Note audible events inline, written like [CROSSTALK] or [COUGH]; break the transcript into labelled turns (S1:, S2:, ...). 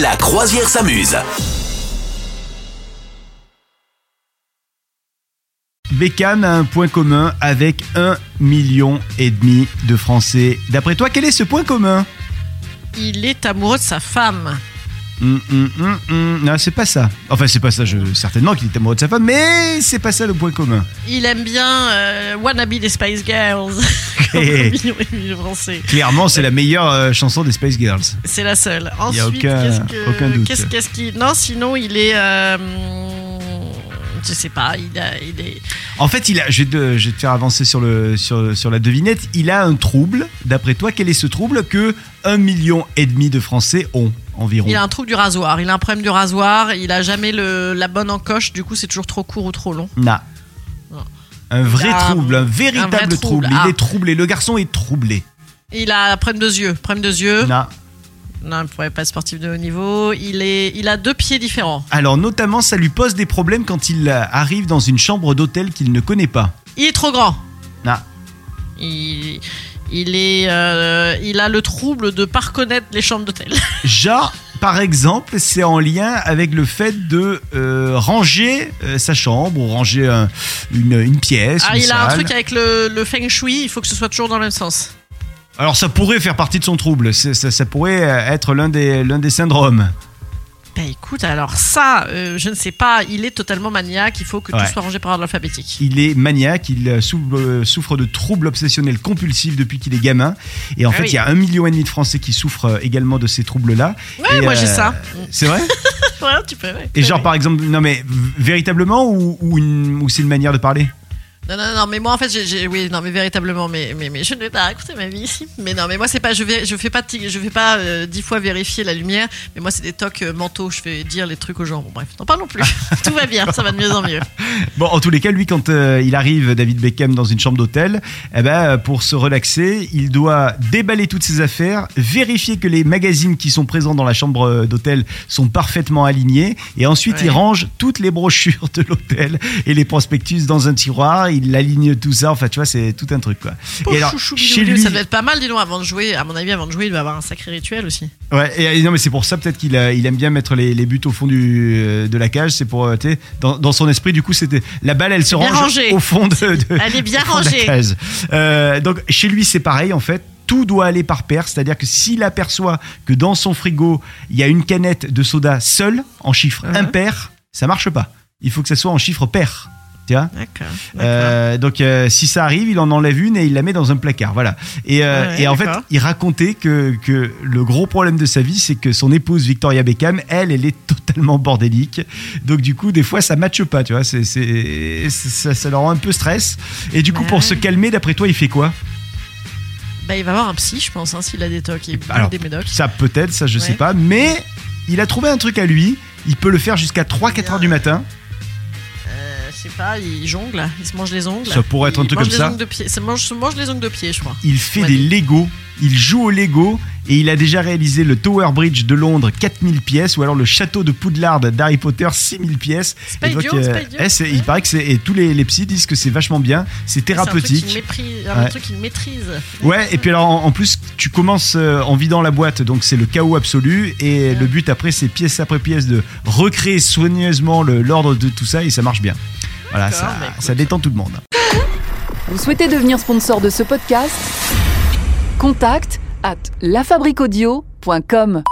S1: La croisière s'amuse.
S2: Bécam a un point commun avec un million et demi de Français. D'après toi, quel est ce point commun
S3: Il est amoureux de sa femme.
S2: Hum, hum, hum, hum. Non, c'est pas ça. Enfin, c'est pas ça, je... certainement qu'il est amoureux de sa femme, mais c'est pas ça le point commun.
S3: Il aime bien euh, Wannabe des Spice Girls. [LAUGHS] Comme
S2: Hey.
S3: un million et demi de Français.
S2: Clairement, c'est la meilleure euh, chanson des Space Girls.
S3: C'est la seule.
S2: y a
S3: Ensuite,
S2: aucun-
S3: qu'est-ce que-
S2: aucun doute.
S3: Qu'est-ce qu'est-ce qui. Non, sinon, il est. euh, je sais pas, il, a- il est.
S2: En fait, il a, je, vais te, je vais te faire avancer sur, le, sur, sur la devinette. Il a un trouble. D'après toi, quel est ce trouble que un million et demi de Français ont environ
S3: Il a un trouble du rasoir. Il a un problème du rasoir. Il a jamais le, la bonne encoche. Du coup, c'est toujours trop court ou trop long.
S2: Na.
S3: Non.
S2: Un vrai
S3: Oh. Il a un-
S2: trouble, un
S3: un vrai
S2: véritable trouble.
S3: trouble.
S2: Il
S3: Ah.
S2: est troublé. Le garçon est troublé.
S3: Il a un problème de yeux. Problème de yeux.
S2: Na.
S3: Non, il pourrait pas être sportif de haut niveau. Il, est, il a deux pieds différents.
S2: Alors, notamment, ça lui pose des problèmes quand il euh, arrive dans une chambre d'hôtel qu'il ne connaît pas.
S3: Il est trop grand.
S2: Ah.
S3: Il, il est, euh, il a le trouble de pas reconnaître les
S2: [LAUGHS]
S3: chambres d'hôtel.
S2: Ja, par exemple, c'est en lien avec le fait de euh, ranger euh, sa chambre ou ranger un- une, une pièce.
S3: Ah,
S2: une
S3: il a un
S2: salle.
S3: truc avec le, le feng shui. Il faut que ce soit toujours dans le même sens.
S2: Alors, ça pourrait faire partie de son trouble. C'est- Ça, ça pourrait euh, être l'un des, l'un des syndromes.
S3: Bah écoute, alors ça, euh, je ne sais pas. Il est totalement maniaque. Il faut que
S2: Ouais.
S3: tout soit rangé par ordre alphabétique.
S2: Il est maniaque, il euh, sou- euh, souffre de troubles obsessionnels compulsifs depuis qu'il est gamin. Et en
S3: Ah
S2: fait,
S3: oui.
S2: il y a un million et demi de Français qui souffrent euh, également de ces troubles-là.
S3: Ouais,
S2: Et,
S3: moi j'ai
S2: euh,
S3: ça. [LAUGHS]
S2: C'est vrai
S3: Ouais, tu peux. ouais.
S2: Et
S3: Ouais,
S2: genre,
S3: ouais.
S2: par exemple, non mais v- véritablement ou, ou une- ou c'est une manière de parler
S3: Non, non, non, mais moi en fait, j'ai- j'ai- oui, non, mais véritablement, mais, mais, mais je ne vais pas raconter ma vie ici. Mais non, mais moi c'est pas, je vais, je fais pas, ti- je fais pas euh, dix fois vérifier la lumière. Mais moi c'est des tocs euh, mentaux. Je fais dire les trucs aux gens. Bon bref, n'en
S2: [LAUGHS]
S3: parlons plus. Tout va bien, ça va de mieux en mieux.
S2: Bon, en tous les cas, lui, quand euh, il arrive, David Beckham, dans une chambre d'hôtel, eh ben, euh, pour se relaxer, il doit déballer toutes ses affaires, vérifier que les magazines qui sont présents dans la chambre euh, d'hôtel sont parfaitement alignés, et ensuite
S3: Ouais.
S2: il range toutes les brochures de l'hôtel et les prospectus dans un tiroir, il aligne tout ça, enfin, tu vois, c'est tout un truc, quoi.
S3: Pauvre
S2: et alors,
S3: chouchou
S2: chez
S3: bidoulou,
S2: lui,
S3: ça doit être pas mal, dis donc, avant de jouer. À mon avis, avant de jouer, il doit avoir un sacré rituel aussi.
S2: ouais, et, et non, mais c'est pour ça peut-être qu'il euh, il aime bien mettre les, les buts au fond du, euh, de la cage, c'est pour, euh, tu sais, dans, dans son esprit, du coup, c'était la balle, elle se
S3: bien
S2: range
S3: rangé.
S2: au fond de-
S3: [LAUGHS]
S2: de,
S3: Elle est bien
S2: au fond de la
S3: rangée.
S2: case. Euh, donc chez lui, c'est pareil en fait. Tout doit aller par paire, c'est-à-dire que s'il aperçoit que dans son frigo, il y a une canette de soda seule, en chiffre
S3: Ouais.
S2: impair, ça marche pas. Il faut que ça soit en chiffre pair. Tu vois
S3: D'accord. d'accord.
S2: Euh, donc euh, si ça arrive, il en enlève une et il la met dans un placard, voilà. Et, euh,
S3: Ouais,
S2: et en fait,
S3: d'accord.
S2: il racontait que, que le gros problème de sa vie, c'est que son épouse Victoria Beckham, elle, elle est totalement bordélique. Donc du coup, des fois, ça matche pas, tu vois. C'est, c'est, c'est- ça, ça leur rend un peu stress. Et du coup,
S3: Bah
S2: pour
S3: ouais.
S2: se calmer, d'après toi, il fait quoi
S3: Bah, il va avoir un psy, je pense, hein, s'il a des tocs. Il
S2: Bah, alors,
S3: des médocs.
S2: Ça peut-être, ça je
S3: Ouais.
S2: sais pas. Mais il a trouvé un truc à lui. Il peut le faire jusqu'à 3-4 heures du matin.
S3: Euh, je sais pas, il jongle, il se mange les ongles.
S2: Ça pourrait être un
S3: Il
S2: truc
S3: mange
S2: comme
S3: les
S2: ça.
S3: ongles De pied. Se mange, se mange les ongles de pied, je crois.
S2: Il fait
S3: Ouais.
S2: des Lego. Il joue au Lego et il a déjà réalisé le Tower Bridge de Londres 4000 pièces ou alors le château de Poudlard d'Harry Potter 6000 pièces.
S3: C'est pas
S2: Et donc,
S3: idiot, c'est
S2: euh,
S3: pas idiot.
S2: eh, c'est- Il paraît que c'est et tous les, les psys disent que c'est vachement bien, c'est
S3: C'est
S2: thérapeutique.
S3: un truc qu'il méprise- un
S2: Ouais.
S3: truc qu'il maîtrise.
S2: Ouais, et puis alors en, en plus tu commences euh, en vidant la boîte, donc c'est le chaos absolu et
S3: Ouais.
S2: le but après c'est pièce après pièce de recréer soigneusement le- l'ordre de tout ça et ça marche bien. Voilà,
S3: D'accord,
S2: ça,
S3: bah écoute.
S2: ça détend tout le monde.
S4: Vous souhaitez devenir sponsor de ce podcast Contact à lafabriquaudio.com.